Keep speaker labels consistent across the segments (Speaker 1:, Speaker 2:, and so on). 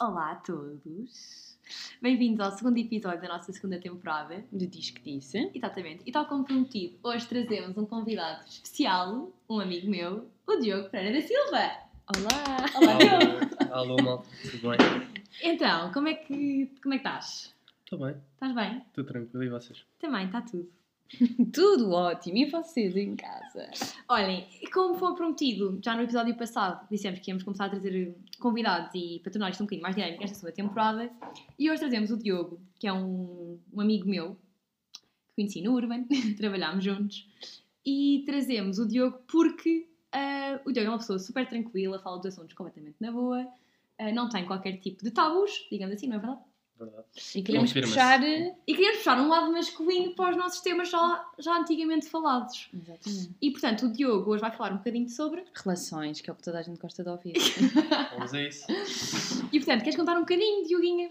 Speaker 1: Olá a todos! Bem-vindos ao segundo episódio da nossa segunda temporada.
Speaker 2: de Diz que Disse.
Speaker 1: Exatamente, e tal como prometido, hoje trazemos um convidado especial, um amigo meu, o Diogo Pereira da Silva.
Speaker 2: Olá!
Speaker 1: Olá, Diogo!
Speaker 3: Alô, malta, tudo bem?
Speaker 1: Então, como é que, como é que estás?
Speaker 3: Estou bem,
Speaker 1: Estás bem?
Speaker 3: estou tranquilo e vocês?
Speaker 1: Também, está tudo.
Speaker 2: Tudo ótimo! E vocês em casa?
Speaker 1: Olhem, como foi prometido já no episódio passado, dissemos que íamos começar a trazer eh, convidados e para tornar isto um bocadinho mais dinâmico esta segunda temporada. E hoje trazemos o Diogo, que é um, um amigo meu, que conheci no Urban, trabalhámos juntos. E trazemos o Diogo porque ah, o Diogo é uma pessoa super tranquila, fala dos assuntos completamente na boa, ah, não tem qualquer tipo de tabus, digamos assim, não é verdade?
Speaker 3: Verdade.
Speaker 2: E queremos
Speaker 3: Confirma-se.
Speaker 2: puxar.
Speaker 1: E queríamos puxar um lado masculino para os nossos temas já, já antigamente falados.
Speaker 2: Exatamente.
Speaker 1: E portanto, o Diogo hoje vai falar um bocadinho sobre.
Speaker 2: Relações, que é o que toda a gente gosta de ouvir.
Speaker 3: Vamos a isso.
Speaker 1: E portanto, queres contar um bocadinho, Dioguinha,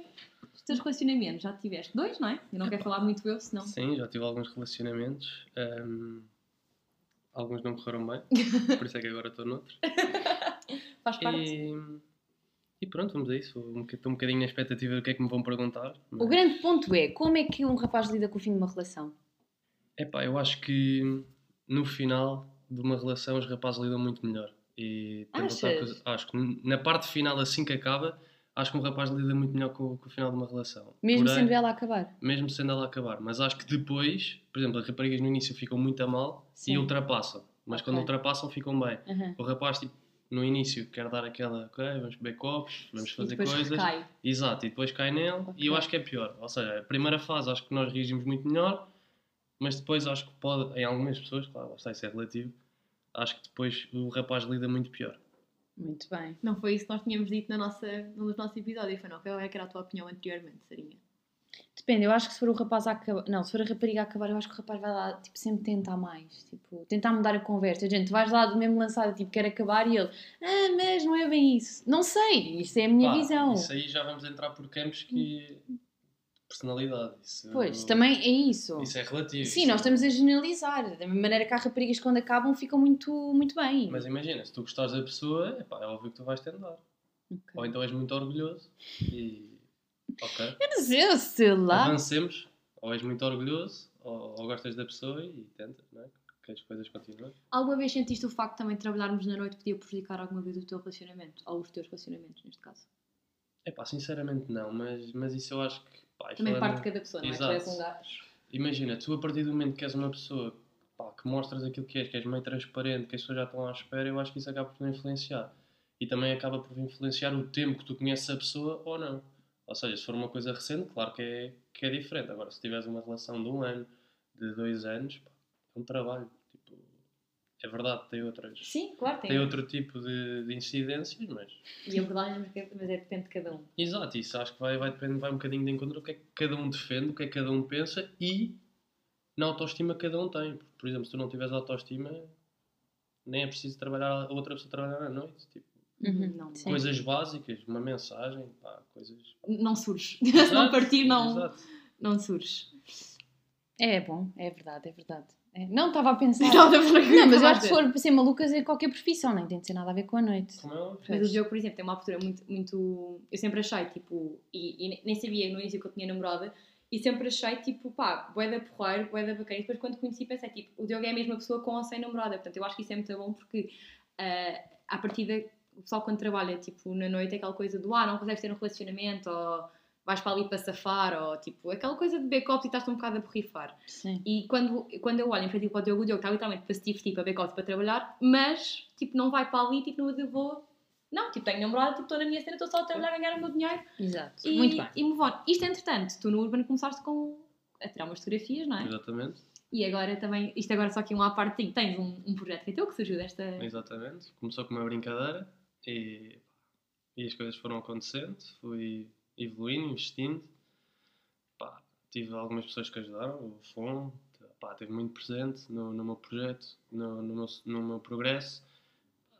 Speaker 1: dos teus relacionamentos? Já tiveste dois, não é? Eu não quero falar muito eu, senão.
Speaker 3: Sim, já tive alguns relacionamentos. hum, alguns não correram bem, por isso é que agora estou noutro.
Speaker 1: Faz parte.
Speaker 3: E, e pronto, vamos a isso. Estou um boca- estou um bocadinho na expectativa do que é que me vão perguntar.
Speaker 2: O grande ponto é como é que um rapaz lida com o fim de uma relação?
Speaker 3: É pá, eu acho que no final de uma relação os rapazes lidam muito melhor. E tentam estar
Speaker 2: Achas?
Speaker 3: com os- acho que na parte final, assim que acaba, acho que um rapaz lida muito melhor com, com o final de uma relação.
Speaker 2: Mesmo
Speaker 3: Porém-
Speaker 2: sendo ela a acabar.
Speaker 3: mesmo sendo ela a acabar. Mas acho que depois, por exemplo, as raparigas no início ficam muito a mal
Speaker 2: Sim.
Speaker 3: e ultrapassam. Mas quando
Speaker 2: Ok.
Speaker 3: ultrapassam, ficam bem.
Speaker 2: Aham.
Speaker 3: O rapaz, tipo, no início quer dar aquela, ok, vamos beber copos, vamos
Speaker 1: e
Speaker 3: fazer
Speaker 1: depois
Speaker 3: coisas.
Speaker 1: recai.
Speaker 3: Exato, e depois cai nele. E eu
Speaker 2: Ok.
Speaker 3: acho que é pior. Ou seja, a primeira fase acho que nós reagimos muito melhor, mas depois acho que pode, em algumas pessoas, claro, lá está, isso é relativo, acho que depois o rapaz lida muito pior.
Speaker 2: Muito bem.
Speaker 1: Não foi isso que nós tínhamos dito na nossa, num dos nossos episódios, foi não? Qual é que era a tua opinião anteriormente, Sarinha?
Speaker 2: Depende, eu acho que se for o rapaz a acabar. Não, se for a rapariga a acabar, eu acho que o rapaz vai lá, tipo, sempre tentar mais. Tipo, tentar mudar a conversa. Gente, tu vais lá do mesmo lançado, tipo, quer acabar e ele. Ah, mas não é bem isso. Não sei, isto é a minha
Speaker 3: Pá,
Speaker 2: visão.
Speaker 3: Isso aí já vamos entrar por campos que. personalidade. Isso,
Speaker 2: Pois, também é isso.
Speaker 3: um Isso é relativo.
Speaker 2: Sim,
Speaker 3: isso
Speaker 2: nós
Speaker 3: é-
Speaker 2: estamos a generalizar. Da mesma maneira que há raparigas que quando acabam ficam muito, muito bem.
Speaker 3: Mas é imagina, se tu gostares da pessoa, epá, é óbvio que tu vais tentar.
Speaker 2: Ok.
Speaker 3: Ou então és muito orgulhoso e. Ok.
Speaker 2: Eu não sei, eu sei lá.
Speaker 3: Avancemos. Ou és muito orgulhoso, ou, ou gostas da pessoa e tentas, não é? Que as coisas continuem.
Speaker 1: Alguma vez sentiste o facto de também trabalharmos na noite podia prejudicar alguma vez o teu relacionamento? Ou os teus relacionamentos, neste caso?
Speaker 3: Epá, sinceramente não, mas, mas isso eu acho que. Pá,
Speaker 1: Também
Speaker 3: falando-
Speaker 1: parte de cada pessoa, não é? Tu és
Speaker 3: Exato.
Speaker 1: um gajo.
Speaker 3: Imagina, tu a partir do momento que és uma pessoa pá, que mostras aquilo que és, que és meio transparente, que as pessoas já estão à espera, eu acho que isso acaba por influenciar. E também acaba por influenciar o tempo que tu conheces a pessoa ou não. Ou seja, se for uma coisa recente, claro que é, que é diferente. Agora, se tiveres uma relação de um ano, de dois anos, pá, é um trabalho. Tipo, é verdade, tem outras.
Speaker 1: Sim, claro, tem.
Speaker 3: Tem outro tipo de, de incidências, mas.
Speaker 1: E a verdade mas é mas é depende de cada um.
Speaker 3: Exato, isso acho que vai, vai, depender, vai um bocadinho de encontro ao que é que cada um defende, o que é que cada um pensa e na autoestima que cada um tem. Por, por exemplo, se tu não tiveres autoestima, nem é preciso trabalhar a outra pessoa trabalhar à noite. Tipo,
Speaker 2: Uhum.
Speaker 1: Não,
Speaker 2: Sim.
Speaker 3: coisas básicas, uma mensagem, pá, coisas.
Speaker 1: não surge. Se não
Speaker 3: Exato,
Speaker 1: partir, não,
Speaker 3: Exato.
Speaker 1: não surge.
Speaker 2: É bom, é verdade, é verdade. É, Não estava a pensar.
Speaker 1: Não,
Speaker 2: Não,
Speaker 1: não, não,
Speaker 2: mas eu acho que se for para ser malucas é qualquer profissão, nem tem de ser nada a ver com a noite.
Speaker 3: Como é óbvio.
Speaker 1: Mas o Diogo, por exemplo, tem uma postura muito, muito. Eu sempre achei, tipo. E, e nem sabia no início que eu tinha namorada. E sempre achei, tipo, pá, boeda porreiro, boeda bacana. E depois, quando conheci, pensei, tipo, o Diogo é a mesma pessoa com ou sem namorada. Portanto, eu acho que isso é muito bom porque, ah, à partida, o pessoal quando trabalha, tipo, na noite, é aquela coisa do, ah, não consegues ter um relacionamento, ou vais para ali para safar, ou, tipo, aquela coisa de beber copos e estás-te um bocado a borrifar.
Speaker 2: Sim.
Speaker 1: E quando, quando eu olho em frente para o Diogo, o Diogo está literalmente para se divertir, para ver código, para trabalhar, mas, tipo, não vai para ali, tipo, não eu vou... Não, tipo, tenho namorada, tipo, estou na minha cena, estou só a trabalhar, a ganhar o meu dinheiro
Speaker 2: Exato.
Speaker 1: e,
Speaker 2: Muito bem.
Speaker 1: e move on. Isto, entretanto, tu no Urban começaste com... a tirar umas fotografias, não é?
Speaker 3: Exatamente,
Speaker 1: E agora também, isto agora só aqui um à parte, tens um, um projeto que é teu, que surgiu desta...
Speaker 3: exatamente. Começou com uma brincadeira e, e as coisas foram acontecendo, fui evoluindo, investindo. Pá, tive algumas pessoas que ajudaram, o FOM, pá, esteve muito presente no, no meu projeto, no, no, meu, no meu progresso.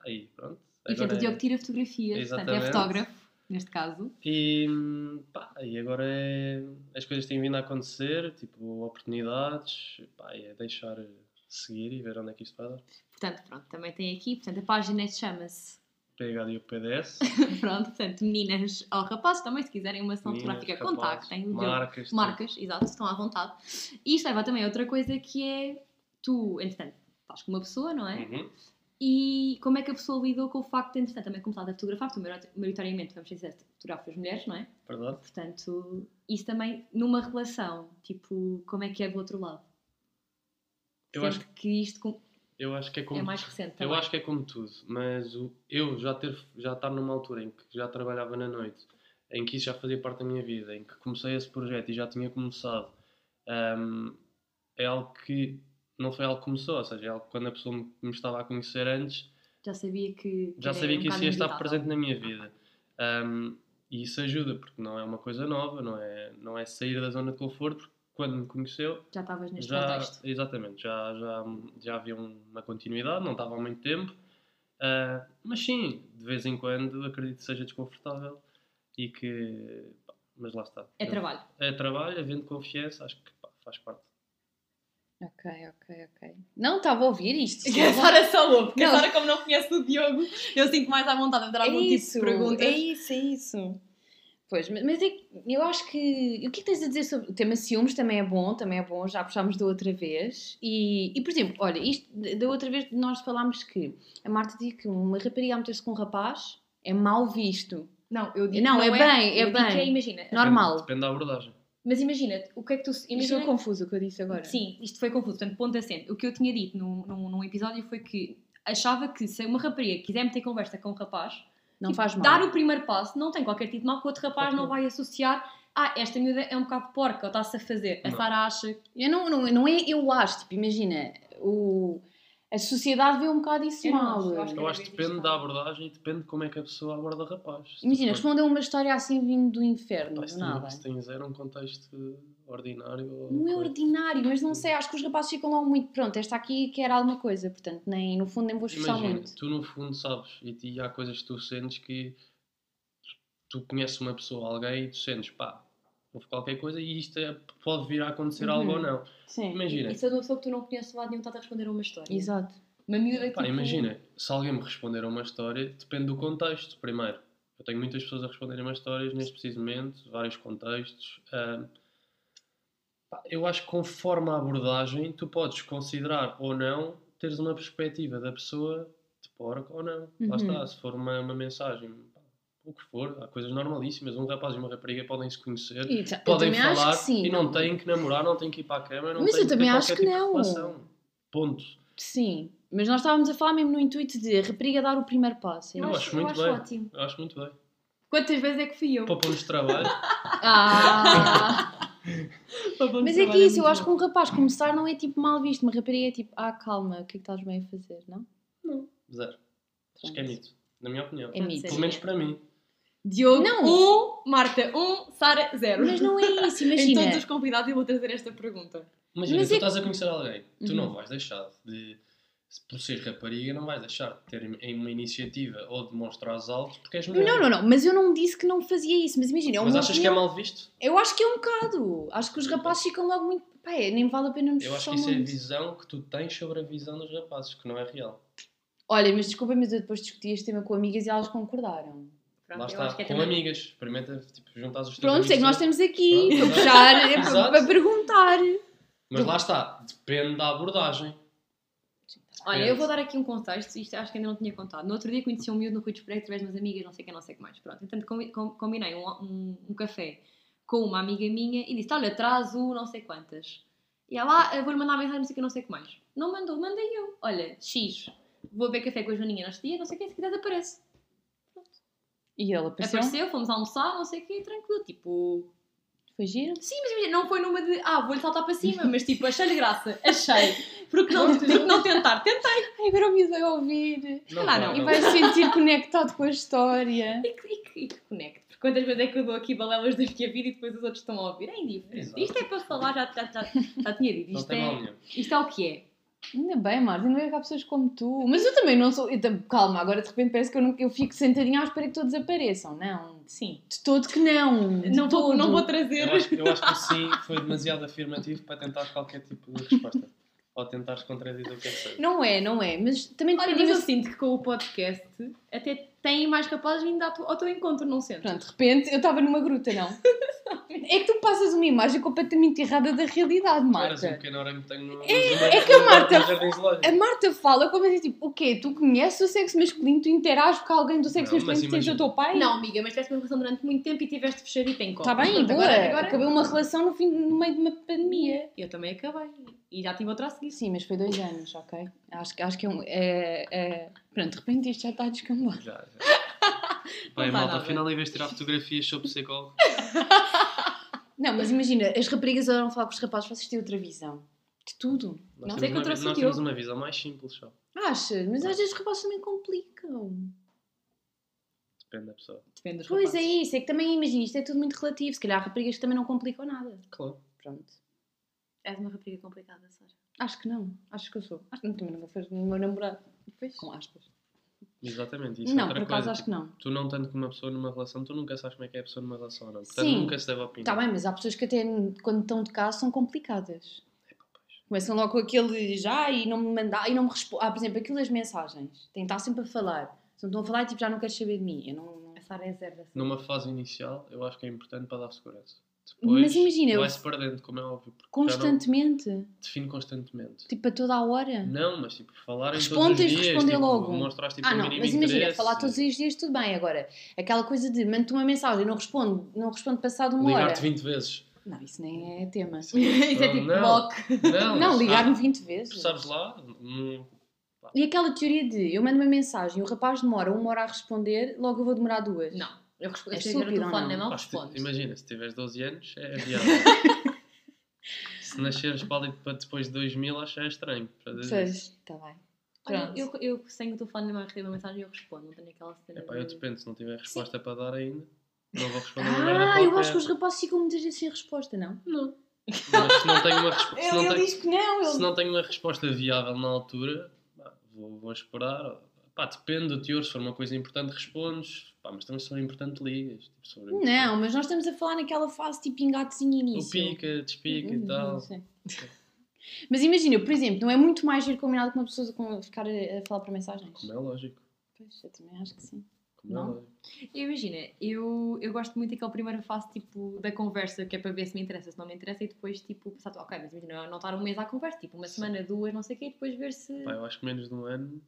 Speaker 3: Aí, pronto.
Speaker 1: E, portanto,
Speaker 3: agora é-
Speaker 1: o Diogo tira fotografias, portanto, é
Speaker 3: Exatamente.
Speaker 1: fotógrafo, neste caso.
Speaker 3: E, pá, e agora é, as coisas têm vindo a acontecer, tipo, oportunidades, pá, e é deixar seguir e ver onde é que isto vai dar.
Speaker 1: Portanto, pronto, também tem aqui, portanto, a página chama-se...
Speaker 3: PHD e o PDS.
Speaker 1: Pronto, portanto, meninas ou rapazes também, se quiserem uma sessão
Speaker 3: meninas,
Speaker 1: fotográfica,
Speaker 3: rapazes,
Speaker 1: contactem. Marcas,
Speaker 3: Marcas. tipo, tudo.
Speaker 1: marcas exato, estão à vontade. E isto leva também a outra coisa que é tu, entretanto, estás com uma pessoa, não é?
Speaker 3: Uhum.
Speaker 1: E como é que a pessoa lidou com o facto de, entretanto, também começar a fotografar, porque maior- maioritariamente, vamos dizer, fotografas mulheres, não é?
Speaker 3: Verdade.
Speaker 1: Portanto, isso também numa relação, tipo, como é que é do outro lado?
Speaker 3: Eu
Speaker 1: Sendo
Speaker 3: acho,
Speaker 1: que isto com-
Speaker 3: eu acho que é como
Speaker 1: é mais recente
Speaker 3: Eu
Speaker 1: também.
Speaker 3: acho que é como tudo, mas o- eu já ter já estar numa altura em que já trabalhava na noite, em que isso já fazia parte da minha vida, em que comecei esse projeto e já tinha começado, hum, é algo que não foi algo que começou, ou seja, é algo que quando a pessoa me, me estava a conhecer antes,
Speaker 1: Já sabia que...
Speaker 3: já
Speaker 1: era
Speaker 3: sabia
Speaker 1: um
Speaker 3: que isso
Speaker 1: bocado
Speaker 3: ia estar
Speaker 1: inevitável. Ah.
Speaker 3: presente na minha vida. Hum, e isso ajuda, porque não é uma coisa nova, não é, não é sair da zona de conforto, porque quando me conheceu,
Speaker 1: Já estavas neste
Speaker 3: já,
Speaker 1: contexto.
Speaker 3: Exatamente, já, já, já havia uma continuidade, não estava há muito tempo, ah, mas sim, de vez em quando acredito que seja desconfortável e que. pá, mas lá está.
Speaker 1: É trabalho.
Speaker 3: É trabalho, havendo confiança, acho que pá, faz parte.
Speaker 2: Ok, ok, ok. Não estava a ouvir isto.
Speaker 1: Que a Sara só ouve, porque
Speaker 2: Não.
Speaker 1: a Sara, como não conhece o Diogo, eu sinto mais à vontade de dar
Speaker 2: É
Speaker 1: algum
Speaker 2: isso,
Speaker 1: tipo de perguntas.
Speaker 2: é isso, é isso. Pois, mas, mas é que eu acho que. e O que é que tens a dizer sobre. O tema ciúmes também é bom, também é bom, já puxámos da outra vez. E, e, por exemplo, olha, isto da outra vez nós falámos que a Marta disse que uma rapariga a meter-se com um rapaz é mal visto.
Speaker 1: Não, eu digo
Speaker 2: Não,
Speaker 1: que
Speaker 2: é bem, é
Speaker 1: eu digo que
Speaker 2: bem.
Speaker 1: imagina.
Speaker 2: Normal.
Speaker 3: Depende, depende da abordagem.
Speaker 1: Mas imagina, o que é que tu...
Speaker 2: Isto
Speaker 1: Imagina
Speaker 2: é confuso o que eu disse agora.
Speaker 1: Sim, isto foi confuso. Portanto, ponto acento. O que eu tinha dito num, num, num episódio foi que achava que se uma rapariga quiser meter conversa com um rapaz,
Speaker 2: Não
Speaker 1: tipo,
Speaker 2: faz mal.
Speaker 1: dar o primeiro passo não tem qualquer tipo de mal, que o outro rapaz
Speaker 3: Ok.
Speaker 1: não vai associar. Ah, esta miúda é um bocado porca, ou está-se a fazer. A
Speaker 3: Não.
Speaker 1: Sara acha.
Speaker 2: Eu não, não, não é, eu acho, tipo, imagina, o, a sociedade vê um bocado isso
Speaker 1: Eu não
Speaker 2: mal.
Speaker 1: acho, eu acho
Speaker 3: Eu
Speaker 1: Cada
Speaker 3: acho que
Speaker 1: vez
Speaker 3: depende
Speaker 1: isto
Speaker 3: da
Speaker 1: está-
Speaker 3: abordagem e depende de como é que a pessoa aborda o rapaz. Se
Speaker 2: Imagina,
Speaker 3: tu for-
Speaker 2: respondeu uma história assim vindo do inferno,
Speaker 3: pá,
Speaker 2: do
Speaker 3: se
Speaker 2: nada.
Speaker 3: tem- se tens era um contexto ordinário. ou-
Speaker 2: Não é ordinário, mas não sei, acho que os rapazes ficam lá muito. Pronto, esta aqui quer alguma coisa, portanto, nem, no fundo nem vou esforçar
Speaker 3: Imagina,
Speaker 2: muito.
Speaker 3: tu no fundo sabes, e, ti- há coisas que tu sentes que tu, tu conheces uma pessoa, alguém, e tu sentes, pá, houve qualquer coisa e isto é- pode vir a acontecer
Speaker 2: Uhum.
Speaker 3: algo ou não.
Speaker 2: Sim.
Speaker 3: Imagina,
Speaker 1: E se é de uma pessoa que tu não conheces de lado nenhum, está a responder a uma história.
Speaker 2: Exato.
Speaker 1: Uma miúda
Speaker 3: pá,
Speaker 1: tipo,
Speaker 3: imagina, se alguém me responder a uma história, depende do contexto, primeiro. Eu tenho muitas pessoas a responderem a histórias neste preciso momento, vários contextos. ah, pá, eu acho que conforme a abordagem, tu podes considerar ou não teres uma perspectiva da pessoa de porco ou não. Lá
Speaker 2: Uhum.
Speaker 3: está, se for uma, uma mensagem, pá, o que for, há coisas normalíssimas. Um rapaz e uma rapariga podem se conhecer,
Speaker 2: E ta- eu
Speaker 3: podem
Speaker 2: também acho
Speaker 3: falar
Speaker 2: que sim, é?
Speaker 3: e não têm que namorar, não têm que ir para a cama, não
Speaker 2: Mas
Speaker 3: têm
Speaker 2: eu
Speaker 3: que ter
Speaker 2: também acho
Speaker 3: qualquer
Speaker 2: que
Speaker 3: tipo de
Speaker 2: não.
Speaker 3: relação. Ponto.
Speaker 2: Sim. Mas nós estávamos a falar mesmo no intuito de a rapariga dar o primeiro passo.
Speaker 1: Eu,
Speaker 3: Eu
Speaker 1: acho,
Speaker 3: acho
Speaker 1: eu
Speaker 3: muito
Speaker 1: acho
Speaker 3: bem.
Speaker 1: ótimo.
Speaker 3: Eu acho muito bem.
Speaker 1: Quantas vezes é que fui eu?
Speaker 3: Para pôr-nos trabalho.
Speaker 2: Ah! mas é que isso, eu acho que
Speaker 1: que.
Speaker 2: um rapaz começar não é tipo mal visto, uma rapariga é tipo, ah, calma, o que é que estás bem a fazer, não?
Speaker 3: Zero. Acho que é
Speaker 2: Pronto.
Speaker 3: mito. Na minha opinião.
Speaker 2: É mito.
Speaker 3: Pelo menos para mim.
Speaker 1: Diogo,
Speaker 2: Não.
Speaker 1: um, Marta, um, Sara, zero.
Speaker 2: Mas não é isso,
Speaker 1: Em
Speaker 2: imagina.
Speaker 1: todos os convidados eu vou trazer esta pergunta.
Speaker 3: Imagina,
Speaker 2: Mas
Speaker 3: tu
Speaker 2: é-
Speaker 3: estás a conhecer alguém. Tu não
Speaker 2: Uhum.
Speaker 3: vais deixar de... se- Por ser rapariga, não vais deixar de ter em uma iniciativa ou de mostrar aos altos porque és mulher.
Speaker 2: Não, não, não, mas eu não disse que não fazia isso, mas imagina, é uma
Speaker 3: Mas achas que é
Speaker 2: opinião-
Speaker 3: mal visto?
Speaker 2: Eu acho que é um bocado. Acho que os rapazes ficam logo muito. Pá, é, nem vale a pena nos
Speaker 3: Eu acho
Speaker 2: esforçar
Speaker 3: que isso é a
Speaker 2: muito.
Speaker 3: visão que tu tens sobre a visão dos rapazes, que não é real.
Speaker 2: Olha, mas desculpa, mas eu depois discuti este tema com amigas e elas concordaram.
Speaker 3: Lá
Speaker 1: Pronto, eu
Speaker 3: está,
Speaker 1: acho que
Speaker 3: com
Speaker 1: é também.
Speaker 3: amigas. Experimenta, tipo, juntar os teus
Speaker 2: Pronto, sei que nós
Speaker 3: amigos né?
Speaker 2: temos aqui para
Speaker 3: Pronto,
Speaker 2: puxar, é
Speaker 3: exato.
Speaker 2: para, para perguntar.
Speaker 3: Mas lá está, depende da abordagem.
Speaker 1: Olha, eu vou dar aqui um contexto, isto acho que ainda não tinha contado. No outro dia conheci um miúdo no Rui de Espreito através de umas amigas, não sei o que, não sei o que mais. Pronto, entanto combi- com- combinei um, um- um café com uma amiga minha e disse, olha, traz o não sei quantas. E ela, ah, eu vou-lhe mandar mensagem, não sei o que, não sei o que mais. Não mandou, mandei eu. Olha, X, vou beber café com a Joaninha neste dia, não sei o que, se quiser aparece.
Speaker 2: E
Speaker 1: É
Speaker 2: ela apareceu.
Speaker 1: Apareceu, fomos almoçar, não sei o que, tranquilo, tipo...
Speaker 2: Foi giro.
Speaker 1: Sim, mas imagina, não foi numa de, ah, vou-lhe saltar para cima, mas tipo, achei-lhe graça, achei. Porque não, porque não tentar? Tentei.
Speaker 2: Ai, agora o miúdo vai ouvir.
Speaker 3: Não,
Speaker 1: Lá não.
Speaker 2: E vai se sentir conectado com a história.
Speaker 1: e que, e que- e que conecte. Porque quantas vezes é que eu dou aqui balelas da minha vida e depois os outros estão a ouvir? É indiferente.
Speaker 3: Exato.
Speaker 1: Isto é para falar, já, já, já, já tinha dito.
Speaker 3: Não
Speaker 1: Isto
Speaker 3: tem mal
Speaker 1: é,
Speaker 3: nenhum.
Speaker 1: isto é o que é.
Speaker 2: Ainda bem, Marta, ainda bem que há pessoas como tu. Mas eu também não sou. eu tam- calma, agora de repente parece que eu, não, eu fico sentadinha à espera que todos apareçam. Não.
Speaker 1: Sim.
Speaker 2: De todo que não. De
Speaker 1: Não vou,
Speaker 2: todo.
Speaker 1: não vou trazer.
Speaker 3: Eu acho, eu acho que sim foi demasiado afirmativo para tentar qualquer tipo de resposta. Ou tentares contradizer o que é que seja.
Speaker 2: Não é, não é. Mas também
Speaker 1: Olha,
Speaker 2: depende
Speaker 1: mas eu sinto
Speaker 2: imenso-
Speaker 1: que com o podcast até têm mais capazes de ainda ao teu, ao teu encontro, não sentes?
Speaker 2: Pronto, de repente eu estava numa gruta, não? é que tu passas uma imagem completamente errada da realidade,
Speaker 3: Parece um
Speaker 2: Marta.
Speaker 3: pequeno orangotango no,
Speaker 2: é que a Marta-
Speaker 3: no jardim zoológico.
Speaker 2: A Marta fala como assim, tipo, o quê? Tu conheces o sexo masculino, tu interages com alguém do sexo
Speaker 3: Não, mas
Speaker 2: masculino que seja o
Speaker 3: imagina.
Speaker 2: teu pai?
Speaker 1: Não, amiga, mas tiveste uma relação durante muito tempo e tiveste fechadita em conta.
Speaker 2: Está bem,
Speaker 1: Pronto,
Speaker 2: boa.
Speaker 1: Agora, agora
Speaker 2: Acabei uma relação no, fim, no meio de uma pandemia.
Speaker 1: Eu também acabei. E já tive outra a seguir.
Speaker 2: Sim, mas foi dois anos, ok? Acho, que- acho que é um. É, é- Pronto, de repente isto já está descambado.
Speaker 3: Já, já.
Speaker 1: Não
Speaker 3: Bem,
Speaker 1: dá
Speaker 3: malta,
Speaker 1: nada.
Speaker 3: afinal, em vez de tirar fotografias sobre psicólogo,
Speaker 2: Não, mas imagina, as raparigas adoram falar com os rapazes, vocês têm outra visão. De tudo.
Speaker 3: nós,
Speaker 1: Não.
Speaker 3: temos,
Speaker 1: Sei que eu
Speaker 3: uma,
Speaker 1: trouxe
Speaker 3: vi- nós
Speaker 1: o
Speaker 3: temos
Speaker 1: Diogo.
Speaker 3: uma visão mais simples só.
Speaker 2: Achas? Mas às vezes os rapazes também complicam.
Speaker 3: Depende da pessoa.
Speaker 1: Depende dos
Speaker 2: Pois é
Speaker 1: rapazes.
Speaker 2: isso, é que também imagina, isto é tudo muito relativo. Se calhar há raparigas que também não complicam nada.
Speaker 3: Claro.
Speaker 2: Pronto.
Speaker 1: És uma rapariga complicada, Sara.
Speaker 2: Acho que não. Acho que eu sou. Acho que não, também nunca fez o meu namorado. Pois. Com aspas.
Speaker 3: Exatamente. Isso é
Speaker 2: não, por
Speaker 3: outra
Speaker 2: acaso
Speaker 3: coisa. Tipo,
Speaker 2: acho que não.
Speaker 3: Tu não tanto com uma pessoa numa relação, tu nunca sabes como é que é a pessoa numa relação ou não. Portanto,
Speaker 2: Sim.
Speaker 3: nunca se deve opinar.
Speaker 2: Está Tá bem, mas há pessoas que até quando estão de casa são complicadas.
Speaker 3: É,
Speaker 2: Começam logo com aquele já e não me mandar e não me responde. Ah, por exemplo, aquilo das mensagens. Tem que estar sempre a falar. Se não estão a falar, tipo, já não queres saber de mim. Eu não. não-
Speaker 1: A Sara é zero assim.
Speaker 3: Numa fase inicial, eu acho que é importante para dar segurança.
Speaker 2: Mas imagina, eu-
Speaker 3: vai-se perdendo, como é óbvio. porque já não-
Speaker 2: Constantemente.
Speaker 3: Define constantemente.
Speaker 2: Tipo, a toda a hora.
Speaker 3: Não, mas tipo, falar em
Speaker 2: Responde,
Speaker 3: todos os
Speaker 2: tens de
Speaker 3: dias.
Speaker 2: responder
Speaker 3: tipo,
Speaker 2: logo.
Speaker 3: Mostras, tipo,
Speaker 2: ah,
Speaker 3: um
Speaker 2: não,
Speaker 3: mínimo
Speaker 2: mas imagina,
Speaker 3: interesse.
Speaker 2: falar todos os dias, tudo bem. Agora, aquela coisa de mando-te uma mensagem, não respondo, não respondo passado uma hora.
Speaker 3: Ligar-te 20 vezes.
Speaker 2: Não, isso nem é tema.
Speaker 3: Isso
Speaker 1: Isso é
Speaker 3: Não,
Speaker 1: tipo
Speaker 3: não.
Speaker 1: mock.
Speaker 3: Não,
Speaker 2: Não,
Speaker 3: mas-
Speaker 2: ligar-me
Speaker 3: ah,
Speaker 2: 20 vezes.
Speaker 3: Sabes lá? hum,
Speaker 2: E aquela teoria de eu mando uma mensagem e o rapaz demora uma hora a responder, logo eu vou demorar duas.
Speaker 1: Não. Eu respondo.
Speaker 2: É
Speaker 1: Se tiver o
Speaker 2: estúpido ou
Speaker 1: telefone
Speaker 2: não?
Speaker 1: na mão,
Speaker 3: pá, se ti-
Speaker 1: respondes.
Speaker 3: imagina, se tiveres 12 anos, é viável. se nasceres pálido para depois de 2000, acho que é estranho. fazer isso.
Speaker 2: Pois, está Tá bem.
Speaker 1: Olha,
Speaker 2: Pronto.
Speaker 1: eu, eu sem o telefone na mão recebo uma mensagem e eu respondo. Não tenho aquela cena
Speaker 3: Epá, eu
Speaker 1: de-
Speaker 3: dependo, se não tiver resposta para dar ainda, não vou responder uma merda
Speaker 2: Ah, eu
Speaker 3: qualquer.
Speaker 2: acho que os rapazes ficam muitas vezes sem resposta, não?
Speaker 1: Não.
Speaker 3: Mas se não tenho uma resposta. se, não tenho-
Speaker 2: que não.
Speaker 3: se não tenho uma resposta viável na altura, pá, vou, vou esperar. Pá, depende do teor, se for uma coisa importante respondes, pá, mas também se for importante ligas. Tipo, se for importante-
Speaker 2: Não, mas nós estamos a falar naquela fase tipo engatezinho
Speaker 3: Ou
Speaker 2: início.
Speaker 3: pica, despica
Speaker 2: Hum,
Speaker 3: e tal.
Speaker 2: não sei. Mas imagina, por exemplo, não é muito mais ir combinado com uma pessoa com ficar a, a falar por mensagens?
Speaker 3: Como é lógico.
Speaker 2: Pois, eu também acho que sim.
Speaker 3: Como
Speaker 2: Não?
Speaker 3: é lógico.
Speaker 1: Eu imagina, eu, eu gosto muito daquela primeira fase tipo da conversa, que é para ver se me interessa, se não me interessa, e depois tipo pensar, ok, mas imagina, não estar um mês à conversa, tipo uma semana, duas, não sei o quê, e depois ver se.
Speaker 3: Pá, eu acho que menos de um ano.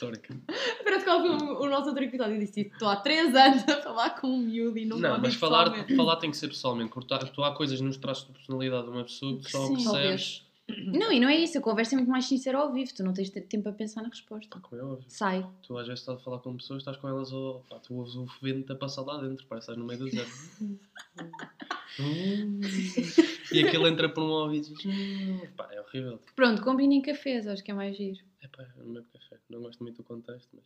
Speaker 3: Tórica.
Speaker 1: Parece que ela viu o nosso outro episódio e disse tipo, estou há três anos a falar com um miúdo e não,
Speaker 3: Não,
Speaker 1: me ouvi
Speaker 3: mas falar,
Speaker 1: pessoalmente."
Speaker 3: falar tem que ser pessoalmente, porque tu há- tu há coisas nos traços de personalidade de uma pessoa que só
Speaker 2: Sim,
Speaker 3: percebes.
Speaker 2: Não, e não é isso, a conversa é muito mais sincera ao vivo, tu não tens te- tempo a pensar na resposta.
Speaker 3: Pá, como é óbvio.
Speaker 2: Sai.
Speaker 3: Tu às vezes estás a falar com pessoas, estás com elas, ou pá, tu ouves o vento a passar lá dentro, parece que estás no meio do deserto. Hum. e aquilo entra por um ouvido. Hum. Pá, é horrível.
Speaker 2: Pronto, combinem cafés, acho que é mais giro.
Speaker 3: É pá, é o meu café. Não gosto muito do contexto, mas.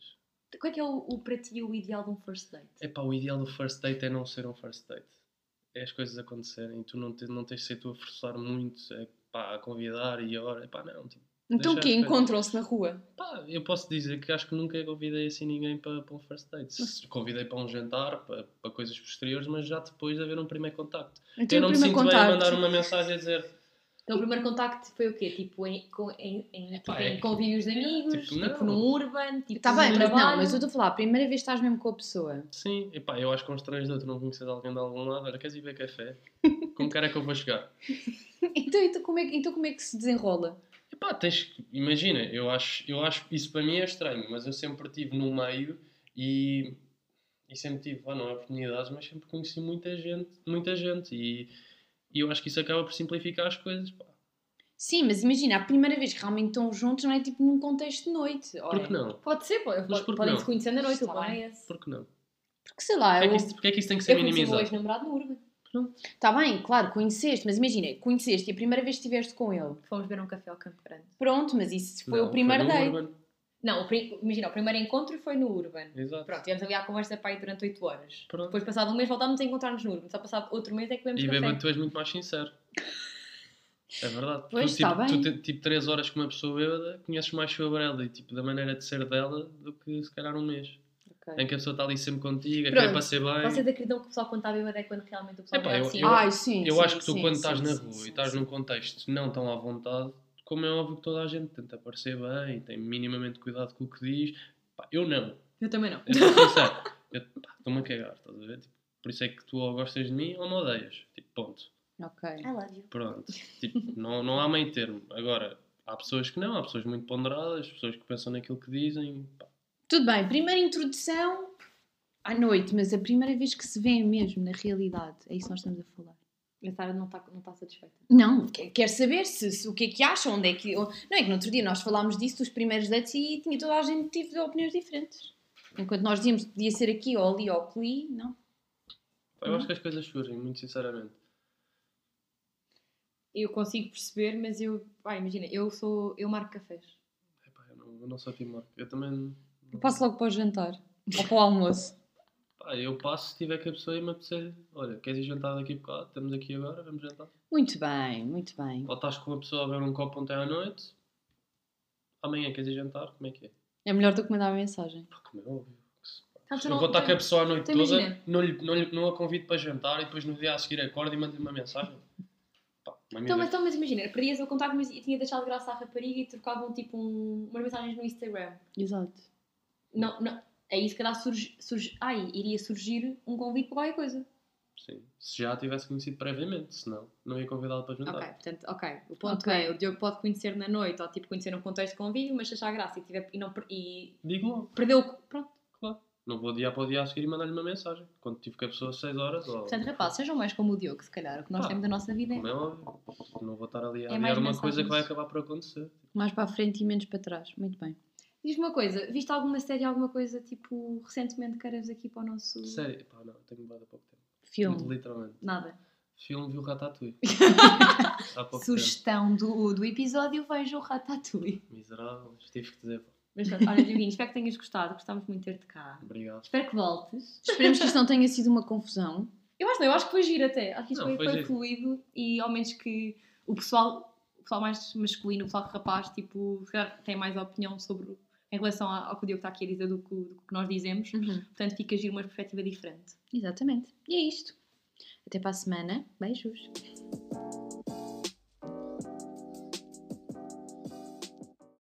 Speaker 1: Qual é que é o, o para ti o ideal de um first date?
Speaker 3: É pá, o ideal do first date é não ser um first date. É as coisas acontecerem, tu não, te, não tens de ser tu a forçar muito, é, pá, a convidar e a hora. É pá, não, tipo.
Speaker 2: Então o
Speaker 3: Deixa
Speaker 2: quê?
Speaker 3: as coisas.
Speaker 2: Encontram-se na rua?
Speaker 3: Pá, eu posso dizer que acho que nunca convidei assim ninguém para, para um first date. Se Convidei para um jantar, para, para coisas posteriores, mas já depois de haver um primeiro contacto.
Speaker 2: Então
Speaker 3: eu não
Speaker 2: o
Speaker 3: me
Speaker 2: primeiro
Speaker 3: sinto bem a
Speaker 2: contacto.
Speaker 3: mandar um uma mensagem a dizer
Speaker 1: Então o primeiro contacto foi o quê? Tipo em, com, em, em, tipo,
Speaker 3: Pá, é
Speaker 1: em
Speaker 3: que-
Speaker 1: convívios de amigos,
Speaker 3: Tipo, não. Tá
Speaker 1: tipo num urban, tipo
Speaker 2: Está
Speaker 1: no
Speaker 2: Tá bem, mas não,
Speaker 1: trabalho?
Speaker 2: mas eu estou a falar, a primeira vez que estás mesmo com a pessoa.
Speaker 3: sim, e pá, eu acho constrangedor tu não conheces alguém de algum lado, olha, queres ir ver café? Como cara é que eu vou chegar?
Speaker 2: Então, então, como, é, que- então como é que se desenrola?
Speaker 3: E pá, tens que- imagina, eu acho, eu acho, isso para mim é estranho, mas eu sempre estive no meio e, e sempre tive, ah, não oportunidades, mas sempre conheci muita gente, muita gente e, e eu acho que isso acaba por simplificar as coisas, pá.
Speaker 2: Sim, mas imagina, a primeira vez que realmente estão juntos não é tipo num contexto de noite. Ora,
Speaker 3: Por que não?
Speaker 1: Pode ser, pode,
Speaker 3: Mas por que
Speaker 1: podem
Speaker 3: não?
Speaker 1: se conhecer na noite, o
Speaker 2: Está
Speaker 1: plano
Speaker 2: bem.
Speaker 1: é esse.
Speaker 3: Por que não?
Speaker 2: Porque sei lá,
Speaker 3: Porquê é
Speaker 2: Ah, eu
Speaker 3: que isso, porque é que isso tem que ser
Speaker 1: Eu conheci o meu
Speaker 3: minimizado?
Speaker 1: ex-namorado no urban.
Speaker 2: Está bem, claro, conheceste, mas imagina, conheceste e a primeira vez que estiveste com ele.
Speaker 1: Fomos beber um café ao Campo Grande.
Speaker 2: Pronto, mas isso foi
Speaker 3: Não,
Speaker 2: o primeiro
Speaker 3: no
Speaker 2: date.
Speaker 3: Urban.
Speaker 1: Não, o pri- imagina, o primeiro encontro foi no Urban.
Speaker 3: Exato.
Speaker 1: Pronto, tivemos ali à conversa para aí durante 8 horas.
Speaker 3: Pronto.
Speaker 1: Depois, passado um mês, voltámos a encontrar-nos no Urban. Só passado outro mês é que bebemos
Speaker 3: E
Speaker 1: café.
Speaker 3: beba, tu és muito mais sincero. É verdade.
Speaker 2: Pois,
Speaker 3: tu,
Speaker 2: tá
Speaker 3: tipo,
Speaker 2: bem.
Speaker 3: tu te- tipo 3 horas com uma pessoa bêbada, conheces mais sobre ela e tipo da maneira de ser dela do que se calhar um mês.
Speaker 2: Ok.
Speaker 3: Em que a pessoa está ali sempre contigo, é que
Speaker 2: É. Pronto.
Speaker 3: é para ser bem.
Speaker 1: Vocês acreditam que o pessoal quando está bêbado é quando realmente o pessoal
Speaker 3: Epá,
Speaker 1: está
Speaker 3: eu-
Speaker 1: assim?
Speaker 3: eu-
Speaker 2: Ai, sim.
Speaker 3: Eu
Speaker 2: sim,
Speaker 3: acho que tu
Speaker 2: sim,
Speaker 3: quando
Speaker 2: sim,
Speaker 3: estás na
Speaker 2: sim,
Speaker 3: rua
Speaker 2: sim,
Speaker 3: e estás
Speaker 2: sim.
Speaker 3: num contexto não tão à vontade, como é óbvio que toda a gente tenta parecer bem, tem minimamente cuidado com o que diz. Pá, eu não.
Speaker 1: Eu também não.
Speaker 3: Eu sou sincero. Eu pá, estou-me a cagar, estás a ver? Tipo, por isso é que tu ou gostas de mim ou me odeias. Tipo, ponto.
Speaker 2: Ok.
Speaker 1: I love you.
Speaker 3: Pronto. Tipo, não, não há meio termo. Agora, há pessoas que não, há pessoas muito ponderadas, pessoas que pensam naquilo que dizem. Pá,
Speaker 2: Tudo bem, primeira introdução à noite, mas a primeira vez que se vê mesmo na realidade, é isso que nós estamos a falar.
Speaker 1: A Sara não está não tá satisfeita.
Speaker 2: Não, que- quer saber se, se- o que é que acham, onde é que. o- Não é que no outro dia nós falámos disso dos primeiros dates e tinha toda a gente tive opiniões diferentes. Enquanto nós dizíamos que podia ser aqui ou ali ou ali, não.
Speaker 3: eu acho que as coisas surgem, muito sinceramente.
Speaker 1: Eu consigo perceber, mas eu. Pá, imagina, eu sou. Eu marco cafés.
Speaker 3: Epá, eu, não, eu não sou Timor. Eu também. não-
Speaker 2: Eu passo logo para o jantar ou para o almoço.
Speaker 3: Pá, eu passo se tiver que a pessoa e me apetecer. Olha, queres ir jantar daqui a bocado? Estamos aqui agora, vamos jantar.
Speaker 2: Muito bem, muito bem.
Speaker 3: Ou estás com uma pessoa a ver um copo ontem à noite. Amanhã queres ir jantar? Como é que é?
Speaker 2: É melhor do que mandar uma mensagem.
Speaker 3: Pá, como é óbvio.
Speaker 1: Sabes,
Speaker 3: Se
Speaker 1: eu
Speaker 3: eu vou estar com a pessoa a noite
Speaker 1: Então,
Speaker 3: toda,
Speaker 1: imagina.
Speaker 3: não, lhe, não, lhe, não a convido para jantar e depois no dia a seguir acordo e mando-lhe uma mensagem. Pá,
Speaker 1: Então,
Speaker 3: uma miúda-
Speaker 1: mas, então, mas imagina, perdias o contacto mas e tinha deixado de graça à rapariga e trocavam tipo um, umas mensagens no Instagram.
Speaker 2: Exato.
Speaker 1: Não, não, aí se calhar surge, surge, ai, iria surgir um convite para qualquer coisa.
Speaker 3: Sim. Se já a tivesse conhecido previamente, senão não ia convidá-la para jantar.
Speaker 1: Ok, portanto, ok. O ponto
Speaker 2: Ok.
Speaker 1: é, o Diogo pode conhecer na noite ou tipo conhecer num contexto de convívio, mas se achar graça e, tiver, e, não, per- e
Speaker 3: Digo logo,
Speaker 1: perdeu o. Pronto.
Speaker 3: claro. Não vou dia para o dia a seguir e mandar-lhe uma mensagem. Quando tive com a pessoa 6 horas ou.
Speaker 1: Portanto, rapaz, sejam mais como o Diogo, se calhar. O que nós
Speaker 3: Ah.
Speaker 1: temos da nossa vida
Speaker 3: Como
Speaker 1: é.
Speaker 3: é óbvio, não vou estar ali a
Speaker 1: É mais
Speaker 3: adiar uma coisa
Speaker 1: mensagens.
Speaker 3: que vai acabar por acontecer.
Speaker 2: Mais para a frente e menos para trás. Muito bem.
Speaker 1: Diz-me uma coisa, viste alguma série, alguma coisa tipo recentemente que queiras aqui para o nosso.
Speaker 3: Sério, pá, não, tenho mudado há pouco tempo.
Speaker 2: Filme.
Speaker 3: Literalmente.
Speaker 1: Nada.
Speaker 3: Filme viu Ratatouille. há pouco
Speaker 1: Sugestão do, do episódio, vejo o Ratatouille.
Speaker 3: tempo. Miseráveis, tive que dizer, pá,
Speaker 1: Mas pronto, olha, Dioguinho, espero que tenhas gostado, gostámos muito de ter-te cá.
Speaker 3: obrigado.
Speaker 1: Espero que voltes.
Speaker 2: Esperemos que isto não tenha sido uma confusão.
Speaker 1: Eu acho, não, eu acho que foi giro até. Acho que isto
Speaker 3: Não,
Speaker 1: foi,
Speaker 3: foi
Speaker 1: foi
Speaker 3: giro.
Speaker 1: fluido e ao menos que o pessoal, o pessoal mais masculino, o pessoal rapaz, tipo, se calhar tem mais opinião sobre o- em relação a- ao que o Diogo está aqui a dizer do que, do que nós dizemos. Portanto, fica giro uma perspectiva diferente.
Speaker 2: Exatamente. E é isto. Até para a semana. Beijos.